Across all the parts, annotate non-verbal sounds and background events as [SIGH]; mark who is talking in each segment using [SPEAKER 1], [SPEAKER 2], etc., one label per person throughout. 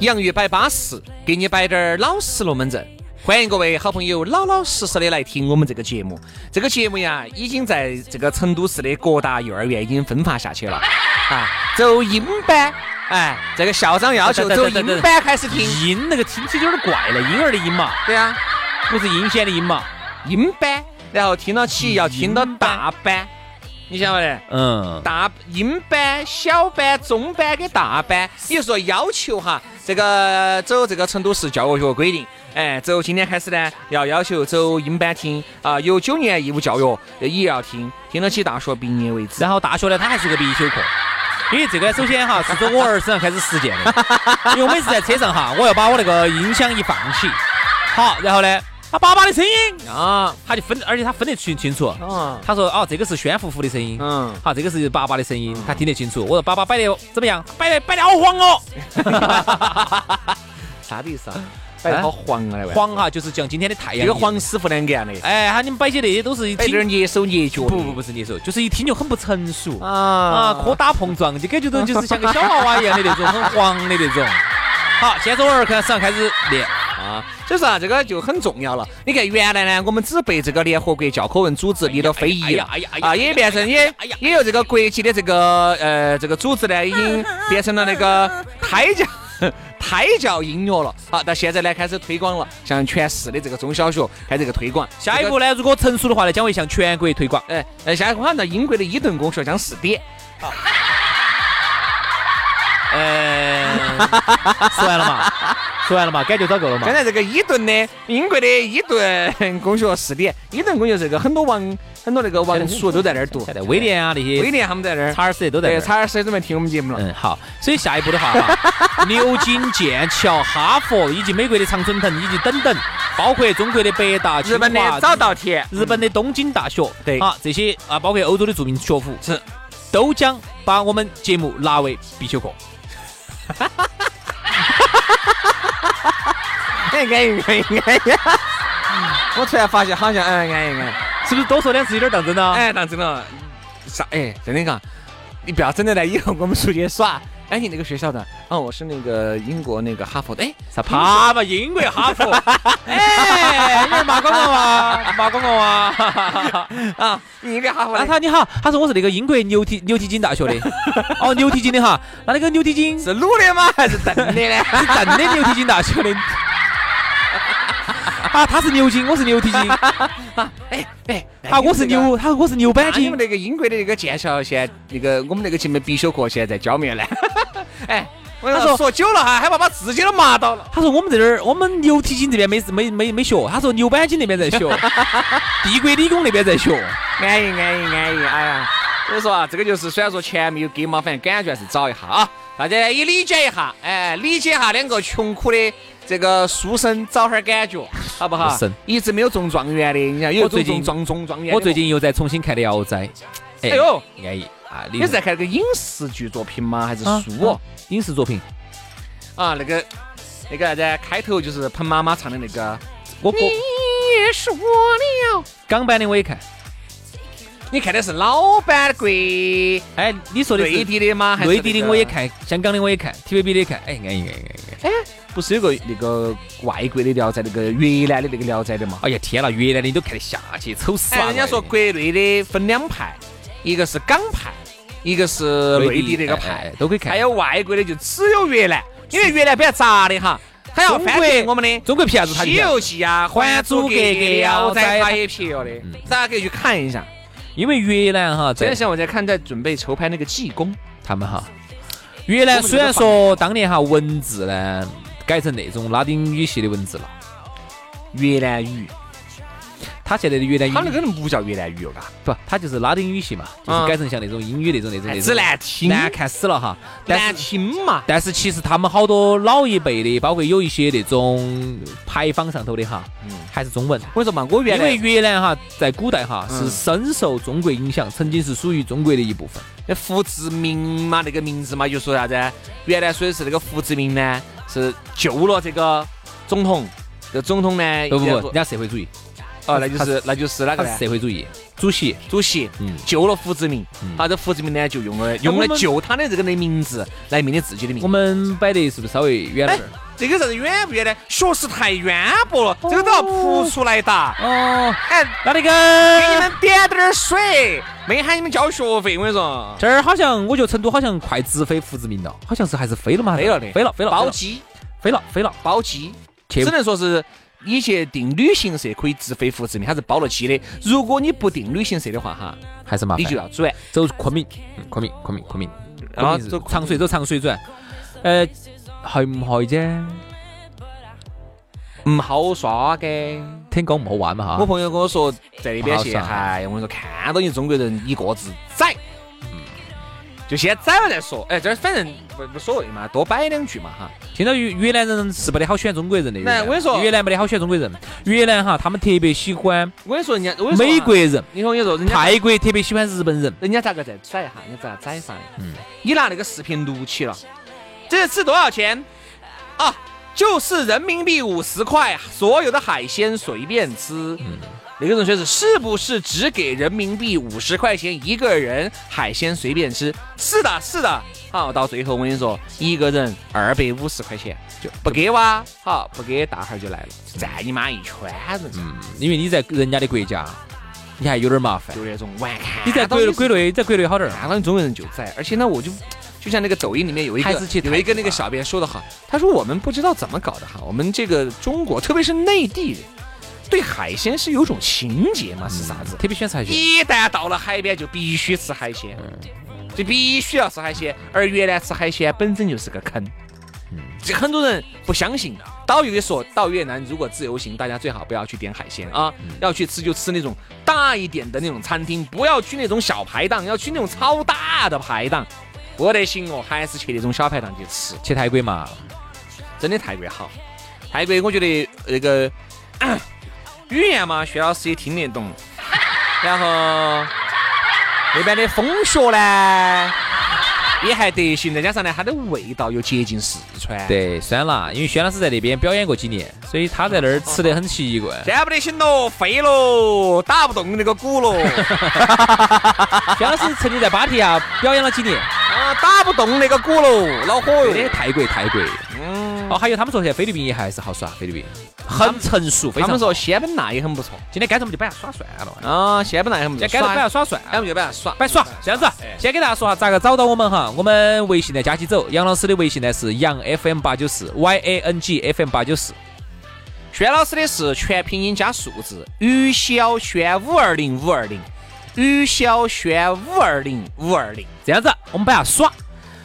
[SPEAKER 1] 洋芋摆巴适，给你摆点儿老实龙门阵。欢迎各位好朋友老老实实的来听我们这个节目。这个节目呀，已经在这个成都市的各大幼儿园已经分发下去了啊，走音班。哎，这个校长要求
[SPEAKER 2] 等
[SPEAKER 1] 走
[SPEAKER 2] 等等
[SPEAKER 1] 音
[SPEAKER 2] 等
[SPEAKER 1] 班开始听。
[SPEAKER 2] 音那个听起有点怪了，婴儿的音嘛，
[SPEAKER 1] 对啊，
[SPEAKER 2] 不是阴险的阴嘛。
[SPEAKER 1] 音班，然后听到起要听到
[SPEAKER 2] 音班
[SPEAKER 1] 大班，你晓得不得？
[SPEAKER 2] 嗯，
[SPEAKER 1] 大音班、小班、中班跟大班，也就是说要求哈，这个走这个成都市教育局规定，哎，走今天开始呢，要要求走音班听啊、有九年义务教育也要听，听到起大学毕业为止。
[SPEAKER 2] 然后大学呢，它还是个必修课。因为这个，首先哈，是从我儿身上开始实践的。因为我每次在车上哈，我要把我那个音响一放起，好，然后呢，他爸爸的声音啊，他就分，而且他分得清清楚。
[SPEAKER 1] 啊，
[SPEAKER 2] 他说哦，这个是宣夫妇的声音，
[SPEAKER 1] 嗯
[SPEAKER 2] 好，这个是爸爸的声音，他听得清楚。我说爸爸摆的怎么样？摆的摆的好黄哦，
[SPEAKER 1] 啥子意思啊？摆得好黄啊，那位，哎
[SPEAKER 2] 黄哈就是像今天的太阳。
[SPEAKER 1] 这个，黄师傅啷个样的？
[SPEAKER 2] 哎，他你们摆些那些都是一
[SPEAKER 1] 摆
[SPEAKER 2] 听
[SPEAKER 1] 点蹑手蹑脚。
[SPEAKER 2] 不不不是你说，就是一听就很不成熟
[SPEAKER 1] 啊
[SPEAKER 2] 啊磕打碰撞，就感觉到就是像个小娃娃一样的那种，很黄的那
[SPEAKER 1] [LAUGHS]
[SPEAKER 2] 种。好，现在我儿开始上开始练，
[SPEAKER 1] 啊，所以说啊，这个就很重要了。你看原来呢，我们只被这个联合国教科文组织列到非遗了，
[SPEAKER 2] 哎
[SPEAKER 1] 啊，也变成也也由这个国际的这个呃这个组织呢，已
[SPEAKER 2] [LAUGHS]
[SPEAKER 1] 经变成了那个胎 [LAUGHS] 教。胎教音乐了，好，到现在呢开始推广了，像全市的这个中小学开始这个推广。
[SPEAKER 2] 下一步呢，如果成熟的话呢，将会向全国推
[SPEAKER 1] [LAUGHS]
[SPEAKER 2] 广。
[SPEAKER 1] 这个，哎，哎，下一步好像到英国的伊顿公学将试点，哎
[SPEAKER 2] 呃， [LAUGHS] 说完了嘛？说完了嘛？感觉找够了嘛
[SPEAKER 1] [LAUGHS] 刚？才这个伊顿的英国的伊顿公学试点，伊顿公学这个很多王很多那个王叔都在那儿读，
[SPEAKER 2] 现在威廉啊那
[SPEAKER 1] 威
[SPEAKER 2] 些
[SPEAKER 1] 廉他们在那儿呃
[SPEAKER 2] 查尔斯都在这
[SPEAKER 1] 对，
[SPEAKER 2] 儿。
[SPEAKER 1] 差点谁准备听我们节目了。
[SPEAKER 2] 嗯，好，所以下一步的
[SPEAKER 1] [LAUGHS]
[SPEAKER 2] 话哈，牛津、剑桥、哈佛以及美国的常春藤以及等等，包括中国的北大、
[SPEAKER 1] 日本
[SPEAKER 2] 清华
[SPEAKER 1] 的早稻田，
[SPEAKER 2] 日本的东京大学，
[SPEAKER 1] 对
[SPEAKER 2] 啊，这些啊，包括欧洲的著名学府，是都将把我们节目纳为必修课。
[SPEAKER 1] [LAUGHS] 哎，安哎逸安逸安逸。 [LAUGHS] 我突然发现，好像哎安逸安逸。
[SPEAKER 2] 是不是多说两次有点当真呢？
[SPEAKER 1] 哎，当真了，啥？哎，真的嘎，你不要真的来以后我们出去耍。哎，你那个学校的？哦，我是那个英国那个哈佛的。哎，
[SPEAKER 2] 啥怕嘛？英国哈佛， [LAUGHS] 哎，你是骂广告 [LAUGHS] 嘛？骂广告嘛？
[SPEAKER 1] 啊，英国哈佛
[SPEAKER 2] 那
[SPEAKER 1] 的。
[SPEAKER 2] 他你好，他说我是那个英国牛蹄牛蹄筋大学的， [LAUGHS] 哦，牛蹄筋的哈，那那个牛蹄筋是
[SPEAKER 1] 是卤的吗？还是炖的 [LAUGHS] 呢？
[SPEAKER 2] 真的牛蹄筋大学 [LAUGHS] 的。啊，他是牛筋，我是牛蹄筋。
[SPEAKER 1] 哎哎，
[SPEAKER 2] 啊，我是
[SPEAKER 1] 那你们这个。
[SPEAKER 2] 牛，他我是牛
[SPEAKER 1] 那
[SPEAKER 2] 板
[SPEAKER 1] 你
[SPEAKER 2] 筋
[SPEAKER 1] 们。那个英国的那个剑桥，现在那个我们那个前面必修课现在在教没 [LAUGHS] 有呢？哎，我跟你
[SPEAKER 2] 他说
[SPEAKER 1] 说久了哈，还把把自己都麻到了。
[SPEAKER 2] 他说我们这边儿，我们牛蹄筋这边没没没没学，他说牛板筋那边在
[SPEAKER 1] [LAUGHS]
[SPEAKER 2] 学，帝国理工那边在学。
[SPEAKER 1] 安逸安逸安逸，哎呀，所以说啊，这个就是虽然说钱没有给嘛，反正感觉还是找一下啊，大家也理解一下，哎，理解一下两个穷苦的这个书生找点儿感觉，好不好
[SPEAKER 2] 书生？
[SPEAKER 1] 一直没有中状元的，你看有
[SPEAKER 2] 我最
[SPEAKER 1] 种
[SPEAKER 2] 近
[SPEAKER 1] 中状中状元的
[SPEAKER 2] 我最近又在重新看《聊斋》，哎
[SPEAKER 1] 哎呦，
[SPEAKER 2] 安逸啊，
[SPEAKER 1] 你
[SPEAKER 2] 你
[SPEAKER 1] 是在看那个影视剧作品吗？还是
[SPEAKER 2] 啊
[SPEAKER 1] 书哦？
[SPEAKER 2] 影视作品？
[SPEAKER 1] 啊，那个那个在开头就是彭妈妈唱的那个，
[SPEAKER 2] 我我
[SPEAKER 1] 你也是我了。
[SPEAKER 2] 港版的我也看。
[SPEAKER 1] 你看的是老版国
[SPEAKER 2] 哎，你说的
[SPEAKER 1] 内
[SPEAKER 2] 是
[SPEAKER 1] 地的吗？还是
[SPEAKER 2] 内地
[SPEAKER 1] 那
[SPEAKER 2] 的
[SPEAKER 1] 个
[SPEAKER 2] 我也看，香港的我也看，TVB 的也看。哎，安逸安逸安逸。
[SPEAKER 1] 不是有个那个外国的《聊斋》，那个越南的那个《聊斋》的嘛？
[SPEAKER 2] 哎呀天呐，越南的你都看得下去，丑死
[SPEAKER 1] 哎，
[SPEAKER 2] 了。
[SPEAKER 1] 人家说国内的分两派，一个是港派，一个是内地那个
[SPEAKER 2] 哎哎
[SPEAKER 1] 派
[SPEAKER 2] 哎，都可以看。
[SPEAKER 1] 还有外国的就只有越南。因为原来比较杂的哈，他要翻遍我们的
[SPEAKER 3] 中国皮啥子他
[SPEAKER 1] 《
[SPEAKER 3] 就
[SPEAKER 1] 西
[SPEAKER 3] 晓得
[SPEAKER 1] 游记》啊，《还珠格格》呀，我再拍一批了的，嗯大家可以去看一下。
[SPEAKER 3] 因为越南哈，
[SPEAKER 1] 这
[SPEAKER 3] 在
[SPEAKER 1] 段时间我在看，在准备筹拍那个济公，
[SPEAKER 3] 他们哈，越南虽然说当年哈文字呢改成那种拉丁语系的文字了，
[SPEAKER 1] 越南语，
[SPEAKER 3] 他现在的越南语
[SPEAKER 1] 他们那个不叫越南语了哦嘎，
[SPEAKER 3] 不，他就是拉丁语系嘛，就是
[SPEAKER 1] 嗯
[SPEAKER 3] 改成像那种英语那种那种那
[SPEAKER 1] 哎
[SPEAKER 3] 种，
[SPEAKER 1] 只难听
[SPEAKER 3] 难看死了哈。
[SPEAKER 1] 难
[SPEAKER 3] 但是
[SPEAKER 1] 听嘛。
[SPEAKER 3] 但是其实他们好多老一辈的，包括有一些那种牌坊上头的哈，还是中文。
[SPEAKER 1] 我跟你说嘛，我原
[SPEAKER 3] 因
[SPEAKER 1] 来
[SPEAKER 3] 为越南哈，在古代哈
[SPEAKER 1] 嗯
[SPEAKER 3] 是深受中国影响，曾经是属于中国的一部分。
[SPEAKER 1] 那胡志明嘛，那个名字嘛，就说啥子？原来说的是那个胡志明呢，是救了这个总统，这总统呢，
[SPEAKER 3] 不不不，
[SPEAKER 1] 也
[SPEAKER 3] 人家社会主义，
[SPEAKER 1] 哦，那就
[SPEAKER 3] 他
[SPEAKER 1] 是那就是哪个
[SPEAKER 3] 他
[SPEAKER 1] 呢
[SPEAKER 3] 是？社会主义主席。
[SPEAKER 1] 主席
[SPEAKER 3] 嗯
[SPEAKER 1] 救了胡志明
[SPEAKER 3] 嗯，
[SPEAKER 1] 啊好，这胡志明呢就用了用
[SPEAKER 3] 我
[SPEAKER 1] 了
[SPEAKER 3] 们
[SPEAKER 1] 救他的这个的名字来命的自己的名
[SPEAKER 3] 我
[SPEAKER 1] 字。哎
[SPEAKER 3] 们摆的是不是稍微远了点儿？
[SPEAKER 1] 这个啥子远不远呢？学识太渊博了，这个都要扑出来打。
[SPEAKER 3] 哦，
[SPEAKER 1] 哎，
[SPEAKER 3] 那那
[SPEAKER 1] 给你
[SPEAKER 3] 个
[SPEAKER 1] 们点点儿水，没喊你们交学费，我跟你说。
[SPEAKER 3] 这儿好像，我觉得成都好像快直飞胡志明了，好像是还是飞了嘛？
[SPEAKER 1] 飞了的，
[SPEAKER 3] 飞了，飞了，
[SPEAKER 1] 包机，
[SPEAKER 3] 飞了，飞了。
[SPEAKER 1] 包机。
[SPEAKER 3] 去
[SPEAKER 1] 只能说是你去订旅行社可以直飞胡志明，它是包了机的。如果你不订旅行社的话，哈，
[SPEAKER 3] 还是麻
[SPEAKER 1] 你
[SPEAKER 3] 烦
[SPEAKER 1] 就。要转。
[SPEAKER 3] 走昆明，嗯昆明，昆明，昆明，
[SPEAKER 1] 然后
[SPEAKER 3] 昆明是
[SPEAKER 1] 啊走昆
[SPEAKER 3] 长水，走长水转。呃，去唔去啫？嗯
[SPEAKER 1] 唔嗯好耍嘅。
[SPEAKER 3] 听讲唔好玩嘛
[SPEAKER 1] 我
[SPEAKER 3] 哈。
[SPEAKER 1] 朋友跟我说，在那边去，
[SPEAKER 3] 不啊好耍
[SPEAKER 1] 嗨，我跟你说，看到你中国人一个字宰，
[SPEAKER 3] 嗯
[SPEAKER 1] 就先宰了再说。哎，这儿反正不无所谓嘛，多摆两句嘛哈。
[SPEAKER 3] 听到越越南人是不得好喜欢中国人的。
[SPEAKER 1] 那
[SPEAKER 3] 越南
[SPEAKER 1] 我跟你说
[SPEAKER 3] 越南不得好喜欢中国人。越南哈，他们特别喜欢
[SPEAKER 1] 我跟你说，人家我跟你说啊
[SPEAKER 3] 美国，人，
[SPEAKER 1] 你说你说人家
[SPEAKER 3] 泰国特别喜欢日本人。
[SPEAKER 1] 人家咋个再宰哈，你咋宰法呢？
[SPEAKER 3] 嗯
[SPEAKER 1] 你拿那个视频录起了，这是多少钱啊？就是人民币五十块，所有的海鲜随便吃。
[SPEAKER 3] 嗯
[SPEAKER 1] 那个同学是是不是只给人民币五十块钱一个人，海鲜随便吃？是的，是的。好，到最后我跟你说，一个人二百五十块钱就不给哇，好不给，大汉儿就来了，站你妈一圈人，
[SPEAKER 3] 嗯，因为你在人家的国家，你还有点麻烦。
[SPEAKER 1] 就那种玩看。
[SPEAKER 3] 你在国国内，在国内好点儿。
[SPEAKER 1] 看到你中国人就在，而且呢，我就就像那个抖音里面有一个
[SPEAKER 3] 孩子气太
[SPEAKER 1] 有一个
[SPEAKER 3] 足
[SPEAKER 1] 那个
[SPEAKER 3] 了
[SPEAKER 1] 小编说的好，他说我们不知道怎么搞的哈，我们这个中国特别是内地人，对海鲜是有种情结嘛，是啥子？
[SPEAKER 3] 特别喜欢吃海鲜。嗯
[SPEAKER 1] 一旦到了海边就必须吃海鲜，就必须要吃海鲜，而越南吃海鲜本身就是个坑。
[SPEAKER 3] 嗯
[SPEAKER 1] 这很多人不相信，导游也说到越南如果自由行，大家最好不要去点海鲜啊，
[SPEAKER 3] 嗯
[SPEAKER 1] 要去吃就吃那种大一点的那种餐厅，不要去那种小排档，要去那种超大的排档。不得行哦，还是去那种小排档去吃，
[SPEAKER 3] 去泰国嘛，
[SPEAKER 1] 真的泰国好。泰国我觉得那个、 [COUGHS] 咳语言嘛，薛老师也听得 [LAUGHS] 懂，然后那边的风学呢也还得行，再加上呢它的味道又接近四川，
[SPEAKER 3] 对，酸辣，因为轩老师在那边表演过几年，所以他在那儿吃得很奇怪。
[SPEAKER 1] [LAUGHS] 现在不得行喽，废喽，打不动那个鼓 [LAUGHS] 喽，
[SPEAKER 3] 轩老师曾经在芭提雅表演了几年。
[SPEAKER 1] 啊，打不动那个鼓喽，恼火
[SPEAKER 3] 对
[SPEAKER 1] 哟
[SPEAKER 3] 的，。泰国泰国。
[SPEAKER 1] 嗯，
[SPEAKER 3] 哦，还有他们说现在菲律宾也还是好耍，菲律宾很成熟，非
[SPEAKER 1] 他
[SPEAKER 3] 常
[SPEAKER 1] 们说
[SPEAKER 3] 好
[SPEAKER 1] 仙本那也很不错
[SPEAKER 3] 今天干脆我们就摆下耍算了，
[SPEAKER 1] 啊，仙本那也很不
[SPEAKER 3] 今天
[SPEAKER 1] 错，
[SPEAKER 3] 干脆摆下
[SPEAKER 1] 耍
[SPEAKER 3] 耍算
[SPEAKER 1] 哎，我
[SPEAKER 3] 了
[SPEAKER 1] 们。就把它耍，
[SPEAKER 3] 摆耍，这样子，啊先给大家说下咋个找到我们哈。我们微信呢加起走，杨老师的微信呢是杨 FM 八九四 Y A N G F M 八九四。
[SPEAKER 1] 轩老师的是全拼音加数字，于小轩五二零五二零，于小轩五二零五二零。
[SPEAKER 3] 这样子，啊我们摆下耍。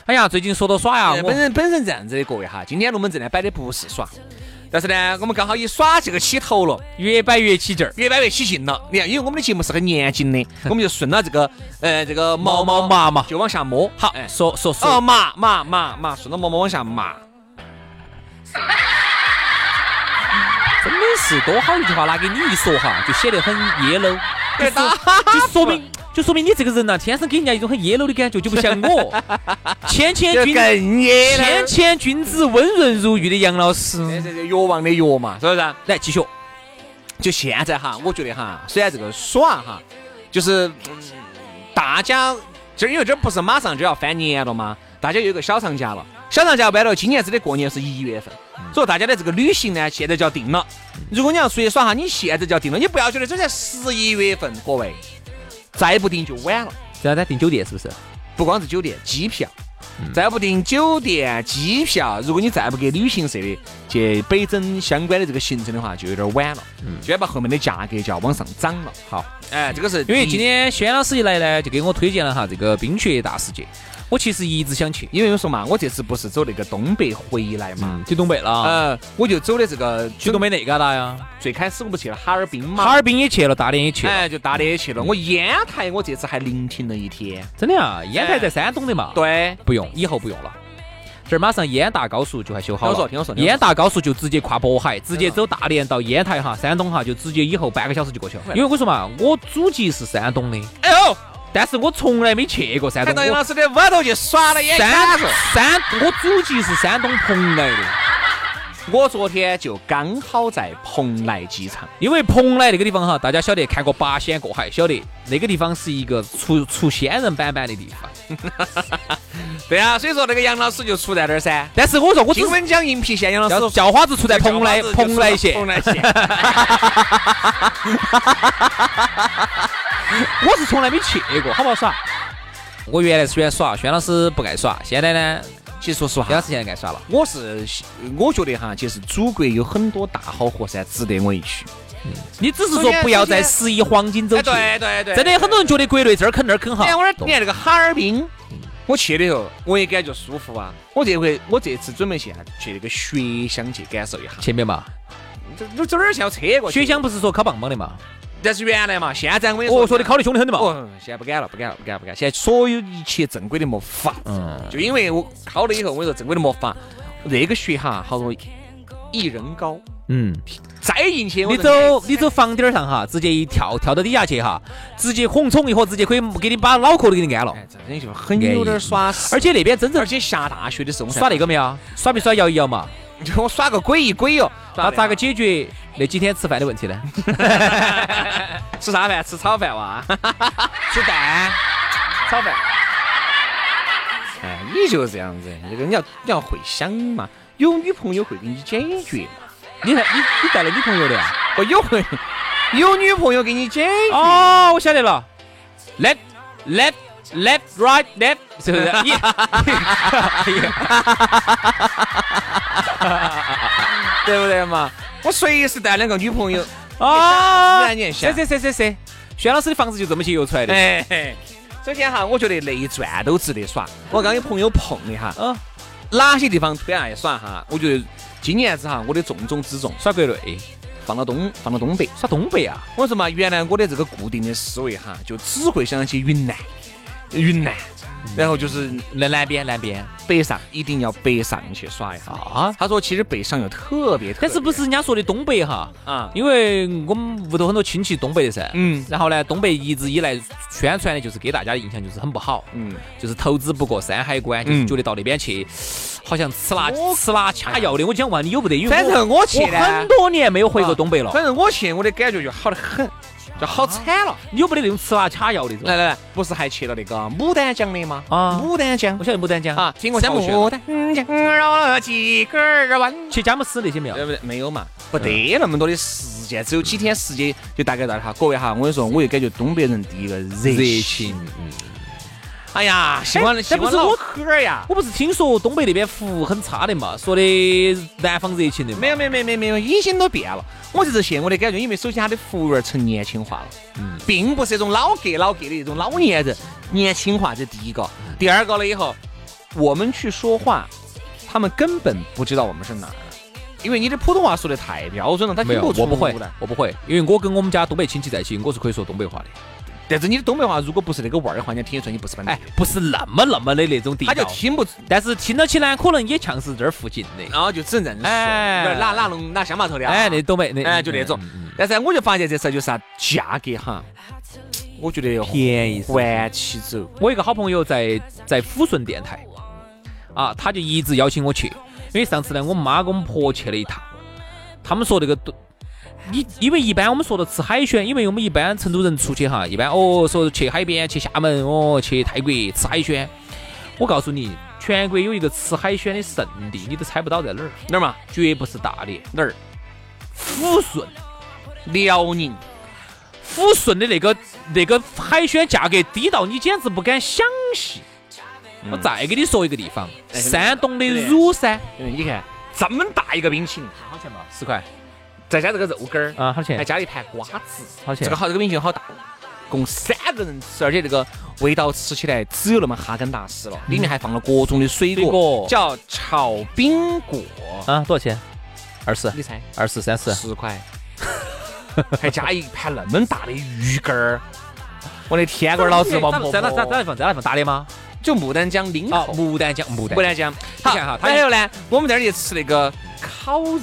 [SPEAKER 3] 哎呀，最近说到耍呀，
[SPEAKER 1] 呃本
[SPEAKER 3] 我
[SPEAKER 1] 人本人这样子的各位哈，今天龙门阵呢摆的不是耍，但是呢，我们刚好以耍这个起头了，
[SPEAKER 3] 越摆越起劲儿。
[SPEAKER 1] 越摆越起劲了。你看，因为我们的节目是很严谨 [LAUGHS] 的，我们就顺了这个呃这个毛毛
[SPEAKER 3] 毛毛
[SPEAKER 1] 麻
[SPEAKER 3] 麻
[SPEAKER 1] 嘛，就往下摸。好，哎
[SPEAKER 3] 说说
[SPEAKER 1] 哦
[SPEAKER 3] 说，
[SPEAKER 1] 麻麻麻麻，顺着毛毛往下麻。
[SPEAKER 3] 真的是多好一句话，拿给你一说哈，就显得很 yellow，就
[SPEAKER 1] 对
[SPEAKER 3] 说就说明就说明你这个人呐、天生给人家一种很 yellow 的感觉，就不像我谦谦君
[SPEAKER 1] 野
[SPEAKER 3] 谦谦君子温润如玉的杨老
[SPEAKER 1] 这
[SPEAKER 3] 师。
[SPEAKER 1] 哎这这药王的药嘛，是不是啊？
[SPEAKER 3] 来继续，
[SPEAKER 1] 就现在哈，我觉得哈，虽然这个耍哈，就是、嗯大家这因为这不是马上就要翻年了吗？大家有一个小长假了，小长假完了，今年子的过年是一月份，所以大家的这个旅行呢，现在就要定了。如果你要出去耍哈，你现在就要定了，你不要觉得这才十一月份，各位，再不定就晚了。
[SPEAKER 3] 这样在订酒店是不是？
[SPEAKER 1] 不光是酒店、机票，
[SPEAKER 3] 嗯
[SPEAKER 1] 再不定酒店、机票，如果你再不给旅行社的去北整相关的这个行程的话，就有点晚了，就要把后面的价格就要往上涨了。
[SPEAKER 3] 嗯好，
[SPEAKER 1] 哎，这个是
[SPEAKER 3] 因为今
[SPEAKER 1] 第一，
[SPEAKER 3] 天轩老师一来呢，就给我推荐了哈这个冰雪大世界，我其实一直想去，
[SPEAKER 1] 因为我说嘛，我这次不是走那个东北回来嘛，
[SPEAKER 3] 嗯，去东北了啊，
[SPEAKER 1] 呃，我就走的这个
[SPEAKER 3] 去东北那旮达呀，
[SPEAKER 1] 最开始我不去了哈尔滨嘛，
[SPEAKER 3] 哈尔滨也去了，大连也去了，嗯
[SPEAKER 1] 哎，就大连也去了。我烟台，我这次还临停了一天。
[SPEAKER 3] 真的啊，烟台在山东的嘛，，
[SPEAKER 1] 对，
[SPEAKER 3] 不用，以后不用了。这儿马上烟大高速就快修好了，
[SPEAKER 1] 听我说听我说听我说
[SPEAKER 3] 烟大高速就直接跨渤海，直接走大连到烟台哈，山东哈，就直接以后半个小时就过去了。因为我说嘛，我祖籍是山东的，
[SPEAKER 1] 哎呦，
[SPEAKER 3] 但是我从来没去过山
[SPEAKER 1] 看
[SPEAKER 3] 东。
[SPEAKER 1] 到杨
[SPEAKER 3] 我
[SPEAKER 1] 老师的屋头去耍了眼
[SPEAKER 3] 山
[SPEAKER 1] 杆子。
[SPEAKER 3] 山，我祖籍是山东蓬莱的，
[SPEAKER 1] 我昨天就刚好在蓬莱机场，
[SPEAKER 3] 因为蓬莱那个地方哈，大家晓得看过《八仙过海》，晓得那个地方是一个出出仙人板板的地方。
[SPEAKER 1] 对啊，所以说那个杨老师就出在那儿噻。
[SPEAKER 3] 但是我说我只
[SPEAKER 1] 金
[SPEAKER 3] 是
[SPEAKER 1] 温江银皮县杨老
[SPEAKER 3] 叫
[SPEAKER 1] 师
[SPEAKER 3] 叫花子出在蓬莱
[SPEAKER 1] 叫花子就
[SPEAKER 3] 蓬莱县
[SPEAKER 1] 出，来蓬莱县。
[SPEAKER 3] 我是从来没去过，好不好耍？我原来是喜欢耍，轩老师不爱耍，现在呢，
[SPEAKER 1] 其实说实
[SPEAKER 3] 轩老
[SPEAKER 1] 话
[SPEAKER 3] 师，现在爱耍了。
[SPEAKER 1] 我是我觉得哈，其实祖国有很多大好河山值得我一去。
[SPEAKER 3] 你只是说不要在十一黄金周去，
[SPEAKER 1] 对哎对
[SPEAKER 3] 真的很多人觉得国内这儿坑那儿坑哈
[SPEAKER 1] 哎，。我说
[SPEAKER 3] 懂
[SPEAKER 1] 你看那个哈尔滨，我去了以后，我也感觉舒服啊。我这回我这次准备去啊去那个雪乡去感受一下，
[SPEAKER 3] 前面嘛，
[SPEAKER 1] 这这这哪儿像车过去？
[SPEAKER 3] 雪乡，不是说烤棒棒的嘛？
[SPEAKER 1] 但是原来嘛，现在我跟你
[SPEAKER 3] 我说的
[SPEAKER 1] 考
[SPEAKER 3] 烤的凶得很的嘛。
[SPEAKER 1] 哦，现在不敢了，不敢了，不敢了不敢了。现在所有一切正规的没法，
[SPEAKER 3] 嗯，
[SPEAKER 1] 就因为我考了以后，我跟你说正规的没法，那个雪哈，好多一人高，
[SPEAKER 3] 嗯，
[SPEAKER 1] 栽进去我
[SPEAKER 3] 你
[SPEAKER 1] 认为
[SPEAKER 3] 走你走房顶儿上哈，直接一跳跳到底下去哈，直接哄冲一伙，直接可以给你把脑壳都给你安了。
[SPEAKER 1] 哎，真的就很有点耍死，
[SPEAKER 3] 而且那边真正
[SPEAKER 1] 而且下大雪的时候，我才
[SPEAKER 3] 耍那个没有？耍没耍摇一摇嘛？
[SPEAKER 1] 就 [LAUGHS] 我耍个鬼一鬼哦哟，
[SPEAKER 3] 那咋个
[SPEAKER 1] 去？
[SPEAKER 3] 解决那几天吃饭的问题呢？
[SPEAKER 1] 吃啥饭？吃炒饭哇？
[SPEAKER 3] 吃蛋。
[SPEAKER 1] 炒饭。哎，你就是这样子，这个你要你要会想嘛，有女朋友会给你解决嘛，
[SPEAKER 3] 你还你你带了女朋友的呀？
[SPEAKER 1] 我有会哦有 [LAUGHS] 女朋友给你解决。
[SPEAKER 3] 哦，我晓得了，left left left right left，是不是？你 [LAUGHS]
[SPEAKER 1] 对不对嘛？我随时带两个女朋友，
[SPEAKER 3] 哦
[SPEAKER 1] 自然联想
[SPEAKER 3] 是是是是是，轩老师的房子就这么去游出来的。
[SPEAKER 1] 哎。嘿首先哈，我觉得那一转都值得耍。我刚有朋友碰了一下，
[SPEAKER 3] 嗯，
[SPEAKER 1] 哪些地方推爱耍哈？我觉得今年子哈，我的重中之重
[SPEAKER 3] 耍国内，
[SPEAKER 1] 放到东，放到东北。
[SPEAKER 3] 耍东北啊，
[SPEAKER 1] 我说嘛，原来我的这个固定的思维哈，就只会想起云南，云南，
[SPEAKER 3] 嗯
[SPEAKER 1] 然后就是
[SPEAKER 3] 那南边南边
[SPEAKER 1] 北上，一定要北上去耍一下。
[SPEAKER 3] 啊。
[SPEAKER 1] 他说，其实北上有特别特别，
[SPEAKER 3] 但是不是人家说的东北哈？
[SPEAKER 1] 啊？
[SPEAKER 3] 因为我们屋头很多亲戚东北的噻，
[SPEAKER 1] 嗯
[SPEAKER 3] 然后呢，东北一直以来宣传的就是给大家的印象就是很不好，
[SPEAKER 1] 嗯，
[SPEAKER 3] 就是投资不过山海关，就是
[SPEAKER 1] 嗯
[SPEAKER 3] 觉得到那边去，好像吃辣
[SPEAKER 1] 我
[SPEAKER 3] 吃辣掐药的。我讲嘛，你有不得？因
[SPEAKER 1] 嗯
[SPEAKER 3] 为
[SPEAKER 1] 反正我去呢啊
[SPEAKER 3] 我很多年没有回过东北了，
[SPEAKER 1] 反正我去，我的感觉就好得很，就好惨了。
[SPEAKER 3] 你有不得那种吃辣掐药的？
[SPEAKER 1] 来来来，不是还去了那个牡丹江的吗？
[SPEAKER 3] 啊
[SPEAKER 1] 牡丹江
[SPEAKER 3] 我晓得牡丹江
[SPEAKER 1] 啊，听过
[SPEAKER 3] 山
[SPEAKER 1] 小
[SPEAKER 3] 木
[SPEAKER 1] 牡丹江绕了几个儿弯。
[SPEAKER 3] 去佳木斯那些没有？
[SPEAKER 1] 对不对？没有嘛，嗯不得那么多的时间，只有几天时间就大概到了哈。各位哈，我跟你说，我就感觉东北人第一个热
[SPEAKER 3] 热
[SPEAKER 1] 情
[SPEAKER 3] 情。，
[SPEAKER 1] 哎呀，喜欢
[SPEAKER 3] 哎
[SPEAKER 1] 喜
[SPEAKER 3] 但不
[SPEAKER 1] 欢
[SPEAKER 3] 是
[SPEAKER 1] 唠
[SPEAKER 3] 我
[SPEAKER 1] 嗑儿呀。
[SPEAKER 3] 我不是听说东北那边服务很差的嘛，说的南方热情的嘛
[SPEAKER 1] 没有没有没有没有没有，已经都变了。我这次去，我的感觉，因为首先他的服务员成年轻化了，嗯，并不是那种老格老格的那种老年人，年轻化这第一个，第二个了以后，我们去说话，他们根本不知道我们是哪儿的，因为你的普通话说的太标准了，他
[SPEAKER 3] [LAUGHS] 没
[SPEAKER 1] 听
[SPEAKER 3] 有，
[SPEAKER 1] 不出
[SPEAKER 3] 我不会
[SPEAKER 1] 来。，
[SPEAKER 3] 我不会，因为我跟我们家东北亲戚在一起，我是可以说东北话的。
[SPEAKER 1] 但是你的东北话如果不是那个味儿的话，人家听得出来你不是本地
[SPEAKER 3] 哎
[SPEAKER 1] 人，，
[SPEAKER 3] 不是那么那么的那种地
[SPEAKER 1] 他就
[SPEAKER 3] 道，
[SPEAKER 1] 听不出，
[SPEAKER 3] 但是听到起呢，可能也像是这儿附近的。
[SPEAKER 1] 然后就只能认识，
[SPEAKER 3] 哎
[SPEAKER 1] 有点哪哪弄哪乡坝头的啊，
[SPEAKER 3] 哎，那东北那
[SPEAKER 1] 哎就那种
[SPEAKER 3] 嗯嗯嗯。
[SPEAKER 1] 但是我就发现这次就是啥价格哈，我觉得要
[SPEAKER 3] 便宜死
[SPEAKER 1] 还起走。
[SPEAKER 3] 我一个好朋友在在抚顺电台，啊，他就一直邀请我去，因为上次呢，我妈跟我们婆去了一趟，他们说那个都，你因为一般我们说到吃海鲜，因为我们一般成都人出去哈，一般哦说去海边、去厦门、哦去泰国吃海鲜，我告诉你，全国有一个吃海鲜的圣地，你都猜不到在哪儿，
[SPEAKER 1] 哪儿嘛？
[SPEAKER 3] 绝不是大连，
[SPEAKER 1] 哪儿？
[SPEAKER 3] 抚顺。
[SPEAKER 1] 辽宁。
[SPEAKER 3] 抚顺的那个那个海鲜价格低到你简直不敢想象。我再给你说一个地方，
[SPEAKER 1] 哎
[SPEAKER 3] 山东的乳山，
[SPEAKER 1] 因嗯为你看这么大一个冰淇淋，
[SPEAKER 3] 好钱嘛？哎十块
[SPEAKER 1] 再加这个肉干儿，
[SPEAKER 3] 啊，好
[SPEAKER 1] 还
[SPEAKER 3] 钱？
[SPEAKER 1] 加了一盘瓜子，
[SPEAKER 3] 好钱
[SPEAKER 1] 这个好，这个冰淇淋好大，供三个人吃，而且这个味道吃起来只有那么哈根达斯了，里面还放了各种的水
[SPEAKER 3] 水
[SPEAKER 1] 果
[SPEAKER 3] 果，
[SPEAKER 1] 叫炒饼果，
[SPEAKER 3] 啊，多少钱？二十，
[SPEAKER 1] 你猜
[SPEAKER 3] 二十，三十，
[SPEAKER 1] 十块，还加一盘那么大的鱼干儿，我的天官老子嘛，
[SPEAKER 3] 咱们在哪在哪地方？在哪地方大的吗？
[SPEAKER 1] 就牡丹江lin口
[SPEAKER 3] 啊，牡丹江，
[SPEAKER 1] 牡
[SPEAKER 3] 牡丹，
[SPEAKER 1] 丹江。
[SPEAKER 3] 你
[SPEAKER 1] 好，
[SPEAKER 3] 看哈它
[SPEAKER 1] 然后呢，我们在那儿去吃那个烤肉，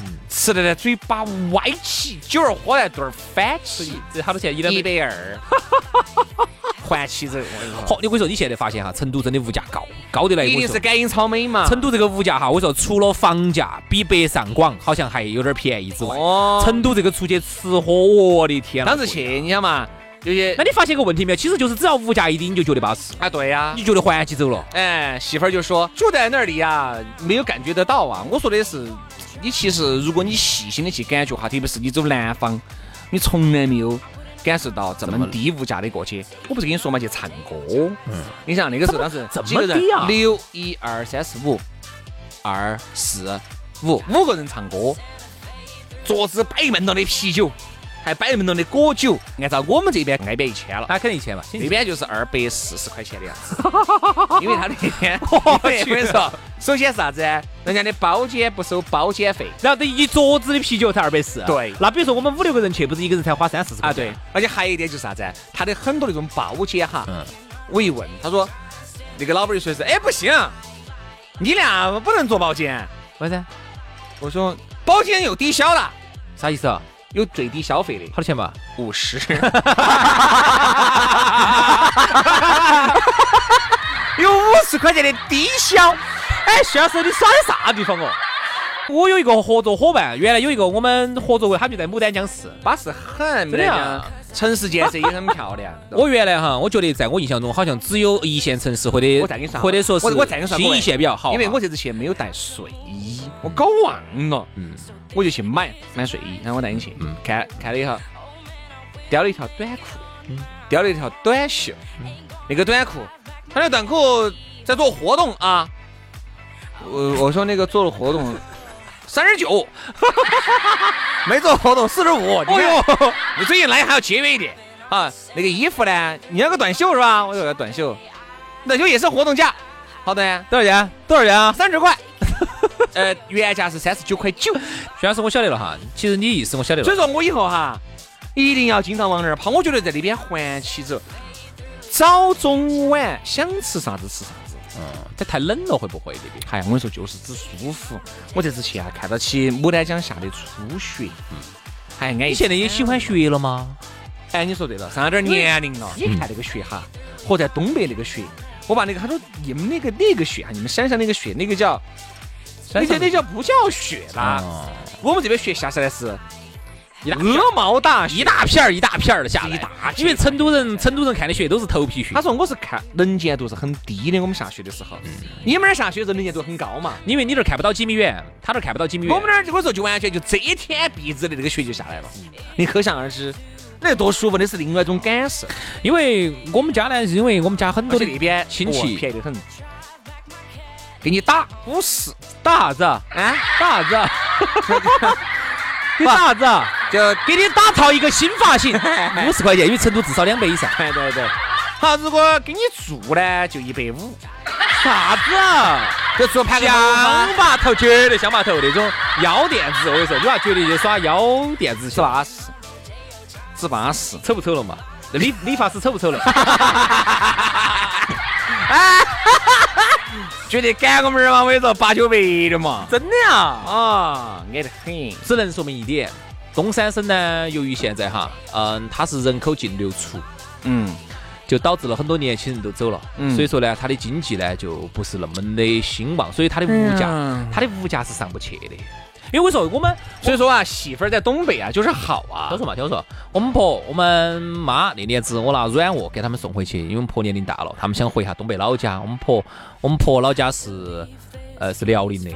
[SPEAKER 3] 嗯
[SPEAKER 1] 吃的呢嘴巴歪起，酒儿喝在肚儿翻起，
[SPEAKER 3] 这好多钱？一两
[SPEAKER 1] 一
[SPEAKER 3] 百
[SPEAKER 1] 百二，还起走，我跟你说
[SPEAKER 3] 好，你我跟你说，你现在发现哈，成都真的物价高，高得来。我
[SPEAKER 1] 一
[SPEAKER 3] 跟你
[SPEAKER 1] 定
[SPEAKER 3] 说
[SPEAKER 1] 是感应超美嘛。
[SPEAKER 3] 成都这个物价哈，我跟你说除了房价比北上广好像还有点便宜之外，
[SPEAKER 1] 哦
[SPEAKER 3] 成都这个出去吃喝，我的天！
[SPEAKER 1] 当时，去，你想嘛，有些
[SPEAKER 3] 那你发现个问题没有？其实就是只要物价一低，你就觉得巴适，
[SPEAKER 1] 啊，对呀
[SPEAKER 3] 你。就觉得环起走了。
[SPEAKER 1] 哎，媳妇儿就说住在那里呀、没有感觉得到啊。我说的是，你其实如果你细心的去感觉哈，特别是你走南方，你从来没有感受到这么低物价的过去。我不是跟你说嘛，去唱歌。你想那个时候当时
[SPEAKER 3] 嗯这么
[SPEAKER 1] 几个人
[SPEAKER 3] 低啊
[SPEAKER 1] 六一二三四五，二四五，五个人唱歌，桌子摆满了的啤酒，还摆满了的果酒。按照我们这边挨边一千了。
[SPEAKER 3] 那肯定一千嘛，
[SPEAKER 1] 那
[SPEAKER 3] 那
[SPEAKER 1] 边就是二百四十块钱的样子，因为他那边，我跟你说，首先是啥子？人家的包间不收包间费
[SPEAKER 3] 然后这一桌子的啤酒才二百四。啊
[SPEAKER 1] 对
[SPEAKER 3] 那比如说我们五六个人去，不是一个人才花三四十
[SPEAKER 1] 啊，
[SPEAKER 3] 块
[SPEAKER 1] 对
[SPEAKER 3] 钱？，
[SPEAKER 1] 而且还有一点就是啥子？他的很多那种包间哈，
[SPEAKER 3] 嗯
[SPEAKER 1] 我一问，他说那个老板就说是，哎不行，你俩不能做包间。
[SPEAKER 3] 为啥？
[SPEAKER 1] 我说包间有低消的，
[SPEAKER 3] 啥意思啊？
[SPEAKER 1] 有最低消费的
[SPEAKER 3] 好多钱嘛？
[SPEAKER 1] 五十。有五十块钱的低消，
[SPEAKER 3] 哎，徐老师，你耍的啥地方哦？我有一个合作伙伴，原来有一个我们合作过，他就在牡丹江市。
[SPEAKER 1] 巴适很，没
[SPEAKER 3] 真的
[SPEAKER 1] 得
[SPEAKER 3] 啊。
[SPEAKER 1] 讲，城市建设也很漂亮
[SPEAKER 3] 我原来哈，我觉得在我印象中，好像只有一线城市或者
[SPEAKER 1] 我再跟你说啊
[SPEAKER 3] 或者说是
[SPEAKER 1] 我我再跟你说啊
[SPEAKER 3] 新一线比较好哈，
[SPEAKER 1] 因为我这次去没有带睡衣，我搞忘了，
[SPEAKER 3] 嗯
[SPEAKER 1] 我就去买买睡衣，然后我带你去，
[SPEAKER 3] 嗯
[SPEAKER 1] 看看了一下，叼了一条短裤，
[SPEAKER 3] 嗯
[SPEAKER 1] 叼了一条短袖，那个短裤，他那个短裤在做活动啊，我我说那个做了活动。
[SPEAKER 3] [LAUGHS]
[SPEAKER 1] 三十九，没做活动四十五。哎呦，你最近来还要节约一点啊！那个衣服呢？你要个短袖是吧？我有个短袖，短袖也是活动价，好的，
[SPEAKER 3] 多少钱？多少钱啊？
[SPEAKER 1] 三十
[SPEAKER 3] [LAUGHS]
[SPEAKER 1] 块。呃，原价是三十九块九，
[SPEAKER 3] 徐老师，我晓得了哈。其实你意思我晓得
[SPEAKER 1] 所以
[SPEAKER 3] 了。
[SPEAKER 1] 说我以后哈，一定要经常往那儿跑。我觉得在那边环起走，早中晚想吃啥子吃啥子。
[SPEAKER 3] 这太冷了，会不会这边？
[SPEAKER 1] 哎呀，我跟你说，就是只舒服。我这次去啊，看到起牡丹江下的初雪，哎还安逸。
[SPEAKER 3] 你现在也喜欢雪了吗？
[SPEAKER 1] 哎，你说对了，上了点年龄了。
[SPEAKER 3] 嗯
[SPEAKER 1] 你看那个雪哈，和在东北那个雪，我把那个他说你们那个那个雪啊，你们山上那个雪，那个叫，那
[SPEAKER 3] 上
[SPEAKER 1] 叫那叫不叫雪啦？
[SPEAKER 3] 哦
[SPEAKER 1] 我们这边雪下下来是
[SPEAKER 3] 一大
[SPEAKER 1] 鹅毛大雪
[SPEAKER 3] 一大片儿一大片儿的下来，
[SPEAKER 1] 一大片
[SPEAKER 3] 因为成都人成都人看的雪都是头皮雪
[SPEAKER 1] 他，说我是看能见度是很低的，我们下雪的时
[SPEAKER 3] 嗯
[SPEAKER 1] 候，你们那儿下雪的时候能见度很高嘛？
[SPEAKER 3] 因为你这儿看不到几米远，他这儿看不到几米远。
[SPEAKER 1] 我们那儿我说就完全就遮天蔽日的那个雪就下来了，
[SPEAKER 3] 嗯
[SPEAKER 1] 你可想而知，那多舒服，那是另外一种感受。
[SPEAKER 3] 因为我们家呢，是因为我们家很
[SPEAKER 1] 而
[SPEAKER 3] 多
[SPEAKER 1] 且
[SPEAKER 3] 的
[SPEAKER 1] 那边
[SPEAKER 3] 亲
[SPEAKER 1] 哦
[SPEAKER 3] 戚
[SPEAKER 1] 便宜得很，给你打五十
[SPEAKER 3] 打啥子啊？
[SPEAKER 1] 啊，
[SPEAKER 3] 打啥子 [LAUGHS] 啊？你打啥子啊？
[SPEAKER 1] 就
[SPEAKER 3] 给你打造一个新发 [LAUGHS] 型，五十块钱，因为成都至少两百以上。
[SPEAKER 1] 对对对。好，如果给你住呢，就一百五，
[SPEAKER 3] 啥子啊？
[SPEAKER 1] 就住盘个
[SPEAKER 3] 乡坝头绝对乡坝头那种腰垫子，我跟你说，你娃绝对就耍腰垫子去
[SPEAKER 1] 只，巴适，只巴适。
[SPEAKER 3] 丑不丑了嘛？那理理发师丑不丑了？
[SPEAKER 1] 觉得赶我们这儿嘛，我跟你说八九百的嘛，
[SPEAKER 3] 真的呀，
[SPEAKER 1] 啊，挨得很。
[SPEAKER 3] 只能说明一点，东三省呢，由于现在哈，嗯，它是人口净流出，
[SPEAKER 1] 嗯，
[SPEAKER 3] 就导致了很多年轻人都走了，
[SPEAKER 1] 嗯
[SPEAKER 3] 所以说呢，它的经济呢就不是那么的兴旺，所以它的物价，
[SPEAKER 1] 嗯
[SPEAKER 3] 它的物价是上不去的。因为我说我们，
[SPEAKER 1] 所以说啊，媳妇儿在东北啊，就是好啊
[SPEAKER 3] 听。说嘛，听说，我们婆、我们妈那年子，我拿软卧给他们送回去，因为我们婆年龄大了，他们想回一下东北老家。我们婆，我们婆老家是，呃，是辽宁的，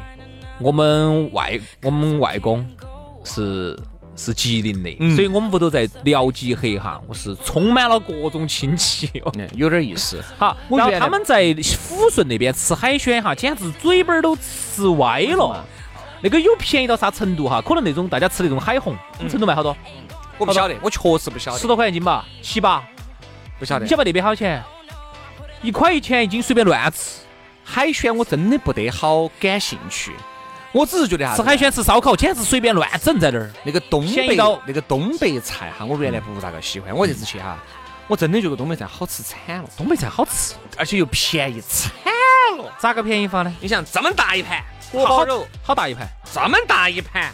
[SPEAKER 3] 我们外我们外公是是吉林的，
[SPEAKER 1] 嗯
[SPEAKER 3] 所以我们屋头在辽吉黑哈，我是充满了各种
[SPEAKER 1] [LAUGHS]
[SPEAKER 3] 亲戚。
[SPEAKER 1] 嗯有点意思。
[SPEAKER 3] 好，
[SPEAKER 1] 我
[SPEAKER 3] 然后
[SPEAKER 1] 原来
[SPEAKER 3] 他们在抚顺那边吃海鲜哈，简直嘴巴儿都吃歪
[SPEAKER 1] 嗯
[SPEAKER 3] 了。那个有便宜到啥程度哈？可能那种大家吃那种海虹，
[SPEAKER 1] 嗯
[SPEAKER 3] 成都卖好多，
[SPEAKER 1] 我不晓得，我确实不晓
[SPEAKER 3] 十
[SPEAKER 1] 得，
[SPEAKER 3] 多块一斤吧，七八。
[SPEAKER 1] 不晓得
[SPEAKER 3] 你。晓得那边好钱？一块一钱一斤，随便乱吃。
[SPEAKER 1] 海鲜我真的不得好感兴趣，我只是觉得啥子
[SPEAKER 3] 吃
[SPEAKER 1] 呢
[SPEAKER 3] 海鲜吃烧烤，简直随便乱整在那儿。
[SPEAKER 1] 那个东
[SPEAKER 3] 便宜
[SPEAKER 1] 北
[SPEAKER 3] 到
[SPEAKER 1] 那个东北菜哈，我原来不咋个喜欢，我这次去哈，我真的觉得东北菜好吃惨了，
[SPEAKER 3] 东北菜好吃，
[SPEAKER 1] 而且又便宜惨了。
[SPEAKER 3] 咋个便宜法呢？
[SPEAKER 1] 你想这么大一盘锅包肉，
[SPEAKER 3] 好大一盘，
[SPEAKER 1] 这么大一盘，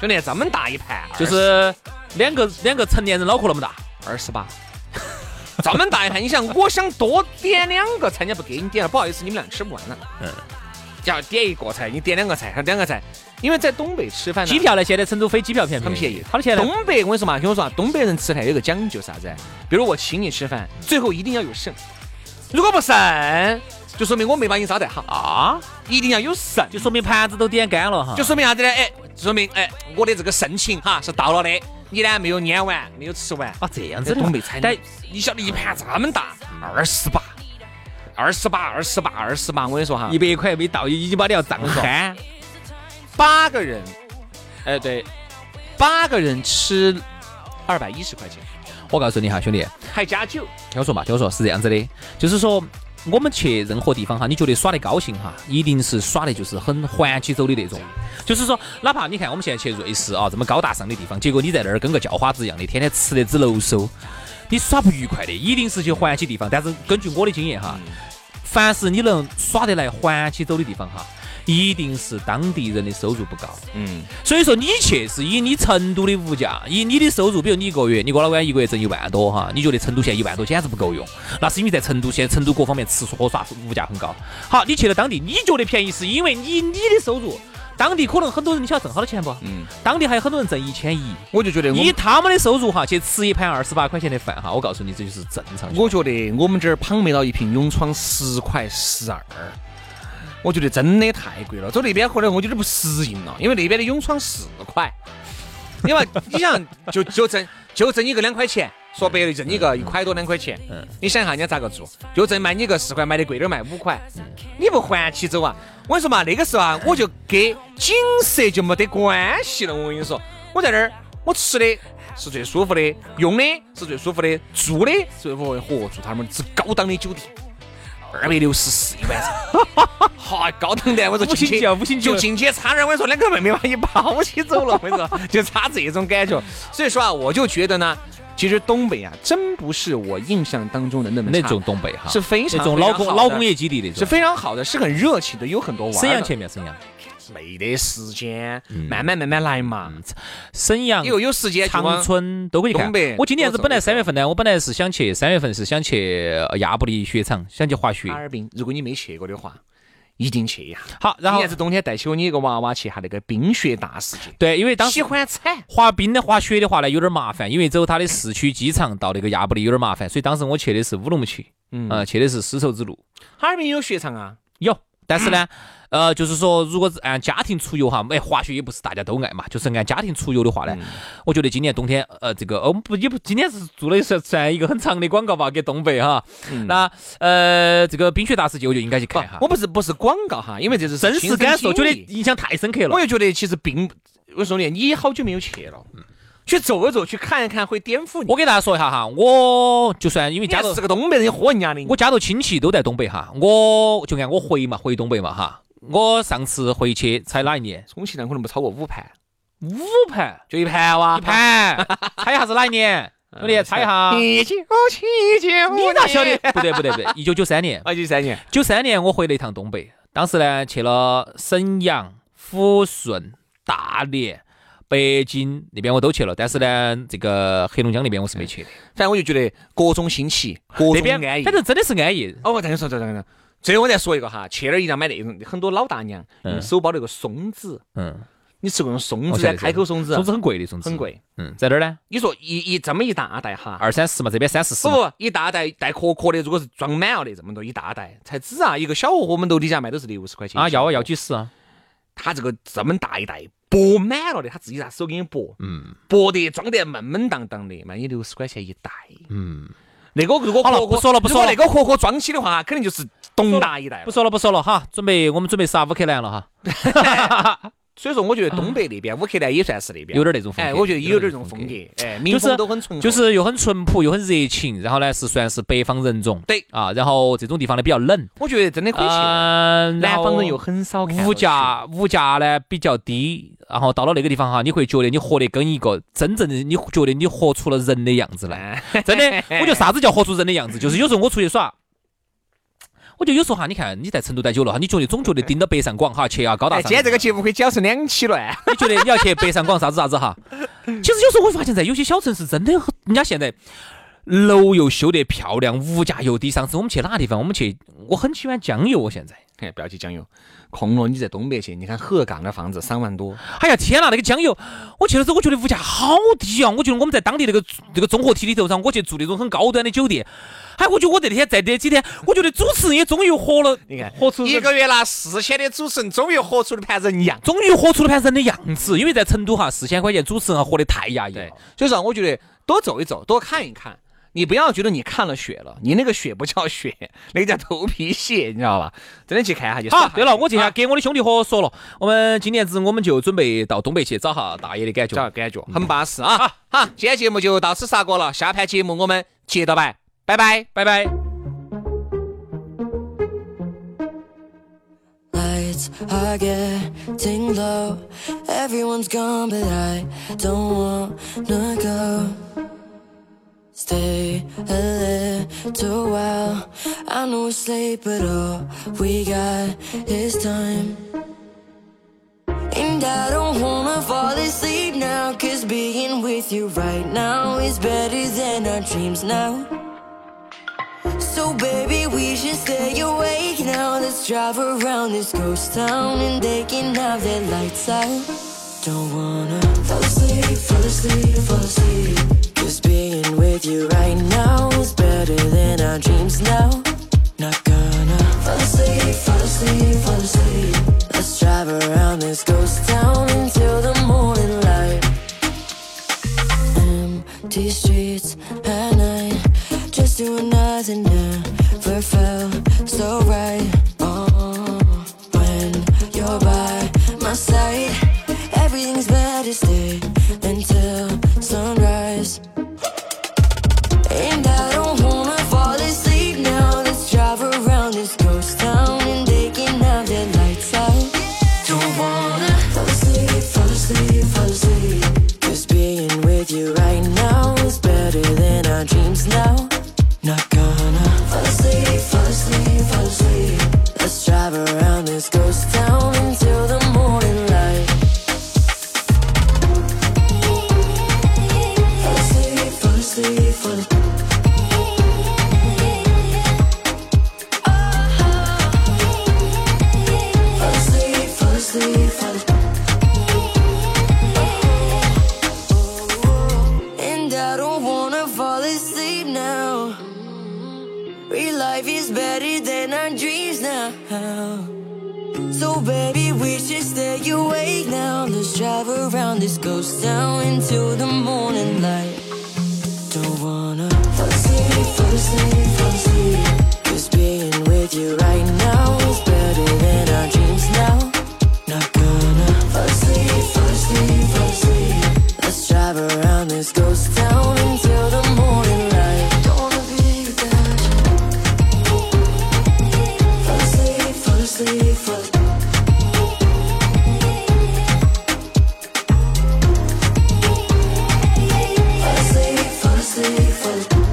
[SPEAKER 1] 兄弟这么大一盘，
[SPEAKER 3] 就是两个两个成年人脑壳那么大。
[SPEAKER 1] 二十八。 [LAUGHS] 这么大一盘，你想我想多点两个菜，人家不给你点了，不好意思，你们俩吃不完了。嗯，要点一个菜，你点两个菜，还两个菜，因为在东北吃饭呢
[SPEAKER 3] 机票呢？现在成都飞机票嗯便宜，
[SPEAKER 1] 很便宜
[SPEAKER 3] 好多钱呢？
[SPEAKER 1] 东北，我跟你说嘛，听我说啊，东北人吃饭有个讲究啥子？啊比如我请你吃饭，最后一定要有剩，如果不剩，就说明我没把你招待好啊！一定要有剩，
[SPEAKER 3] 就说明盘子都点干了哈。
[SPEAKER 1] 就说明啥子呢？哎，就说明哎，我的这个盛情哈是到了的，你呢没有撵完，没有吃完。
[SPEAKER 3] 啊，这样子
[SPEAKER 1] 这
[SPEAKER 3] 的
[SPEAKER 1] 东北菜，
[SPEAKER 3] 但
[SPEAKER 1] 但你晓得一盘这么大，二十八，二十八，二十八，二十八，我跟你说哈
[SPEAKER 3] 一，百块没到，已经把你要胀开。
[SPEAKER 1] 憨，八个人，哎对，八个人吃二百一十块钱。
[SPEAKER 3] 我告诉你哈，兄弟，
[SPEAKER 1] 还加酒，
[SPEAKER 3] 听我说嘛，听我说是这样子的，就是说我们去任何地方哈，你觉得耍得高兴哈，一定是耍的就是很环起走的那种。就是说，哪怕你看我们现在去瑞士啊，这么高大上的地方，结果你在那儿跟个叫花子一样的，天天吃得直漏收，你耍不愉快的，一定是去环起地方。但是根据我的经验哈，凡是你能耍得来环起走的地方哈，一定是当地人的收入不高。
[SPEAKER 1] 嗯，
[SPEAKER 3] 所以说你去是以你成都的物价，以你的收入，比如你一个月，你哥老倌一个月挣一万多哈，你觉得成都现在一万多简直不够用，那是因为在成都现在成都各方面吃喝耍物价很高。好，你去了当地，你觉得便宜是因为你你的收入，当地可能很多人你晓得挣好多钱不？嗯，当地还有很多人挣一千一。
[SPEAKER 1] 我就觉得我
[SPEAKER 3] 以
[SPEAKER 1] 们，
[SPEAKER 3] 他们的收入哈，去吃一盘二十八块钱的饭哈，我告诉你，这就是正常。
[SPEAKER 1] 我觉得我们这儿旁边到一瓶永创十块十二，我觉得真的太贵了。走那边回来我就有点不适应了，因为那边的永创四块，因为你想就就挣就挣一个两块钱。说白了，挣一个一块多两块钱，
[SPEAKER 3] 嗯
[SPEAKER 1] 你想一下人家咋个做？就挣卖你个十块，卖的贵点儿卖五块，你不还起走啊？我跟你说嘛，那个时候啊，我就跟景色就没得关系了。我跟你说，我在那儿，我吃的是最舒服的，用的是最舒服的，住的是最舒服的。嚯，住他们之高档的酒店，二百六十四一晚上，
[SPEAKER 3] [LAUGHS]
[SPEAKER 1] 好高档的。我说
[SPEAKER 3] 五星
[SPEAKER 1] 进去
[SPEAKER 3] 级啊五星级啊
[SPEAKER 1] 就进去差点儿，我跟你说两个妹妹把你抱起走了，我跟你说，就差这种感
[SPEAKER 3] [LAUGHS]
[SPEAKER 1] 觉。所以说啊，我就觉得呢，其实东北啊，真不是我印象当中的那么
[SPEAKER 3] 那
[SPEAKER 1] 差
[SPEAKER 3] 种东北哈，
[SPEAKER 1] 是非常
[SPEAKER 3] 那种
[SPEAKER 1] 非常
[SPEAKER 3] 老工
[SPEAKER 1] 好的
[SPEAKER 3] 老工业基地那
[SPEAKER 1] 是
[SPEAKER 3] 种。
[SPEAKER 1] 非常好的，是很热情的，有很多玩儿的。
[SPEAKER 3] 沈阳去没有？沈阳，
[SPEAKER 1] 没得时间，慢慢慢慢来嘛。
[SPEAKER 3] 沈阳
[SPEAKER 1] 以后有时间就
[SPEAKER 3] 嗯长
[SPEAKER 1] 往
[SPEAKER 3] 春都可以看
[SPEAKER 1] 东北。
[SPEAKER 3] 我今年
[SPEAKER 1] 多
[SPEAKER 3] 是
[SPEAKER 1] 走
[SPEAKER 3] 本来
[SPEAKER 1] 一走
[SPEAKER 3] 三月份呢，我本来是想去，三月份是想去呃亚布力雪场，想去滑雪
[SPEAKER 1] 哈。尔滨，如果你没去过的话，一定去一下。
[SPEAKER 3] 好，然后
[SPEAKER 1] 今年子冬天带起我你一个娃娃去一下那个冰雪大世界，
[SPEAKER 3] 对，因为当时
[SPEAKER 1] 喜欢踩。
[SPEAKER 3] 滑冰的、滑雪的话呢，有点麻烦，因为走它的市区机场到那个亚布力有点麻烦，所以当时我去的是乌鲁木齐，
[SPEAKER 1] 嗯
[SPEAKER 3] 呃，去的是丝绸之路。
[SPEAKER 1] 哈尔滨有雪场啊，
[SPEAKER 3] 有，但是呢，呃，就是说，如果是按家庭出游哈，哎，滑雪也不是大家都爱嘛，就是按家庭出游的话呢，我觉得今年冬天，呃，这个呃我们不也不今年是做了算算一个很长的广告吧，给东北哈，那呃，这个冰雪大世界我就应该去看一下
[SPEAKER 1] 我，不是不是广告哈，因为这是
[SPEAKER 3] 真实感受，觉
[SPEAKER 1] 亲身经
[SPEAKER 3] 得
[SPEAKER 1] 历
[SPEAKER 3] 印象太深刻了
[SPEAKER 1] 我。就觉得其实并不，我说你，你好久没有去了，去走一走，去看一看，会颠覆你。
[SPEAKER 3] 嗯我给大家说一下哈，我就算因为
[SPEAKER 1] 你
[SPEAKER 3] 家
[SPEAKER 1] 还
[SPEAKER 3] 头
[SPEAKER 1] 是个东北人，喝人家的。
[SPEAKER 3] 我家头亲戚都在东北哈，我就按我回嘛，回东北嘛哈。我上次回去才哪一年？
[SPEAKER 1] 充其量可能不超过五盘，
[SPEAKER 3] 五盘，
[SPEAKER 1] 就一盘哇，
[SPEAKER 3] 一 [LAUGHS] 盘，猜一下是哪一年？兄弟，猜一下。
[SPEAKER 1] 一九七九，
[SPEAKER 3] 啊你咋晓得？ [LAUGHS] 不对不对不对，一九九三年，
[SPEAKER 1] 啊，一三年，
[SPEAKER 3] 九三年我回了一趟东北，当时呢去了沈阳、抚顺、大连、北京那边我都去了，但是呢，这个黑龙江那边我是没去的。
[SPEAKER 1] 反正我就觉得各种新奇，各
[SPEAKER 3] 那
[SPEAKER 1] 种
[SPEAKER 3] 哦边哎
[SPEAKER 1] 安逸
[SPEAKER 3] 反。正真的是安逸。
[SPEAKER 1] 哦，我再跟你说，再再再，最后我再说一个哈，去那儿一定要买那种很多老大娘用手包那个松子，
[SPEAKER 3] 嗯，哦
[SPEAKER 1] 你吃过那种松
[SPEAKER 3] 我
[SPEAKER 1] 子
[SPEAKER 3] 晓得
[SPEAKER 1] 噻？开口松子，
[SPEAKER 3] 松子啊很贵的，松子
[SPEAKER 1] 很。贵。
[SPEAKER 3] 嗯，在哪儿呢？
[SPEAKER 1] 你说一一这么一啊大袋哈，
[SPEAKER 3] 二三十嘛，这边三四十
[SPEAKER 1] 不
[SPEAKER 3] 嘛。啊
[SPEAKER 1] 不，一大袋带壳壳的，如果是装满了的，这么多一大袋，才只啊，一个小盒我们楼底下卖都是六十块钱
[SPEAKER 3] 啊，要啊要
[SPEAKER 1] 去。
[SPEAKER 3] 几十啊？
[SPEAKER 1] 他这个这么大一袋，剥满了的，他自己拿手给你剥，
[SPEAKER 2] 嗯
[SPEAKER 1] 剥得装得闷闷当当的，万一六十块钱一袋，
[SPEAKER 2] 嗯，
[SPEAKER 1] 那个如果
[SPEAKER 3] 好了
[SPEAKER 1] 壳壳
[SPEAKER 3] 不说了不说了
[SPEAKER 1] 如果那个壳壳装起的话，肯定就是咚大一袋
[SPEAKER 3] 不。说了不说了哈，准备我们准备杀乌克兰了哈，
[SPEAKER 1] 所以说，我觉得东北那边乌克兰也算是那边
[SPEAKER 3] 啊有点那种风格
[SPEAKER 1] 哎，我觉得也有点这种
[SPEAKER 3] 有
[SPEAKER 1] 风
[SPEAKER 3] 点
[SPEAKER 1] 格
[SPEAKER 3] 这，
[SPEAKER 1] 哎，
[SPEAKER 3] 就
[SPEAKER 1] 民
[SPEAKER 3] 是
[SPEAKER 1] 风都很淳厚，
[SPEAKER 3] 就是又很淳朴又很热情，然后呢是算是北方人种，
[SPEAKER 1] 对
[SPEAKER 3] 啊，然后这种地方呢比较冷，
[SPEAKER 1] 我觉得真的可以去。
[SPEAKER 3] 嗯，
[SPEAKER 1] 南
[SPEAKER 3] 然后
[SPEAKER 1] 方人又很少看到哎
[SPEAKER 3] 物价物价呢比较低，然后到了那个地方哈，你会觉得你活得跟一个真正的你觉得你活出了人的样子来，
[SPEAKER 1] 啊
[SPEAKER 3] [LAUGHS] 真的，我觉得啥子叫活出人的
[SPEAKER 1] [LAUGHS]
[SPEAKER 3] 样子，就是有时候我出去耍。我觉得有时候哈，你看你在成都待久了哈，你觉得总觉得盯到北上广哈去啊高大
[SPEAKER 1] 哎，
[SPEAKER 3] 上。
[SPEAKER 1] 今天这个节目可以讲成两期了，哎
[SPEAKER 3] 你觉得你要去北上广啥子啥子哈？其实有时候我发现，在有些小城市真的很，人家现在楼又修得漂亮，物价又低。上次我们去哪个地方？我们去，我很喜欢江油。我现在，
[SPEAKER 1] 哎，不要去讲哟。空了，你在东北去，你看鹤岗的房子三万多，
[SPEAKER 3] 哎呀天呐，那个江油，我去了之后，我觉得物价好低啊！我觉得我们在当地那个 [COUGHS] 那个综合体里头，然后我去住那种很高端的酒店，哎，我觉得我这天在这几天，我觉得主持人也终于活了，
[SPEAKER 1] 你看
[SPEAKER 3] 活出
[SPEAKER 1] 一
[SPEAKER 3] 人
[SPEAKER 1] 个月拿四千的主持人，终于活出了盘人样。
[SPEAKER 3] 终于活出了盘人的样子。因为在成都哈，四千块钱主持人啊活得太压抑了
[SPEAKER 1] 对。，所以说我觉得多走一走，多看一看。你不要觉得你看了雪了，你那个雪不叫雪， [LAUGHS] 那个叫头皮屑，你知道吧？真的去看一下就啊
[SPEAKER 3] 好，对了，我
[SPEAKER 1] 这
[SPEAKER 3] 这下给我的兄弟伙说了，我们今年子我们就准备到东北去找下大爷的感
[SPEAKER 1] 找
[SPEAKER 3] 觉。嗯
[SPEAKER 1] 感觉很巴适啊！好，今天节目就到此杀过了，下盘节目我们接着摆，拜拜。
[SPEAKER 3] 拜拜。
[SPEAKER 4] Lights are getting low. Everyone's gone, but I don't wanna go. Stay a little while. I know it's late, but all we got is time. And I don't wanna fall asleep now, cause being with you right now is better than our dreams now. So baby, we should stay awake now. Let's drive around this ghost town and they can have their lights out. Don't wanna fall asleep, fall asleep, fall asleep. Cause being with you right now is better than our dreams now. Not gonna fall asleep, fall asleep, fall asleep. Let's drive around this ghost town until the morning light empty streets at night. Just doing nothing never felt so right. Oh, when you're by my side, everything's better. Stay until sunrise. And I don't wanna fall asleep now. Let's drive around this ghost town and they can have their lights out. Don't wanna fall asleep, fall asleep, fall asleep. Cause being with you right now is better than our dreams now. Not gonna fall asleep, fall asleep, fall asleep. Let's drive around this ghost town until the morning light. Fall asleep, fall asleep, fall asleep. Fall asleep, fall asleep, fall asleep. And I don't wanna fall asleep now. Real life is better than our dreams now. So baby, we should stay awake now. Let's drive around this ghost town until the morning light. Don't wanna fall asleep, fall asleep, fall asleep. 'Cause being with you right now is better than our dreams now. Not gonna fall asleep, fall asleep, fall asleep. Let's drive around this ghost town until the morning light. Don't wanna be without you. Fall asleep, fall asleep, fall asleep. Fall asleep, fall asleep, fall asleep.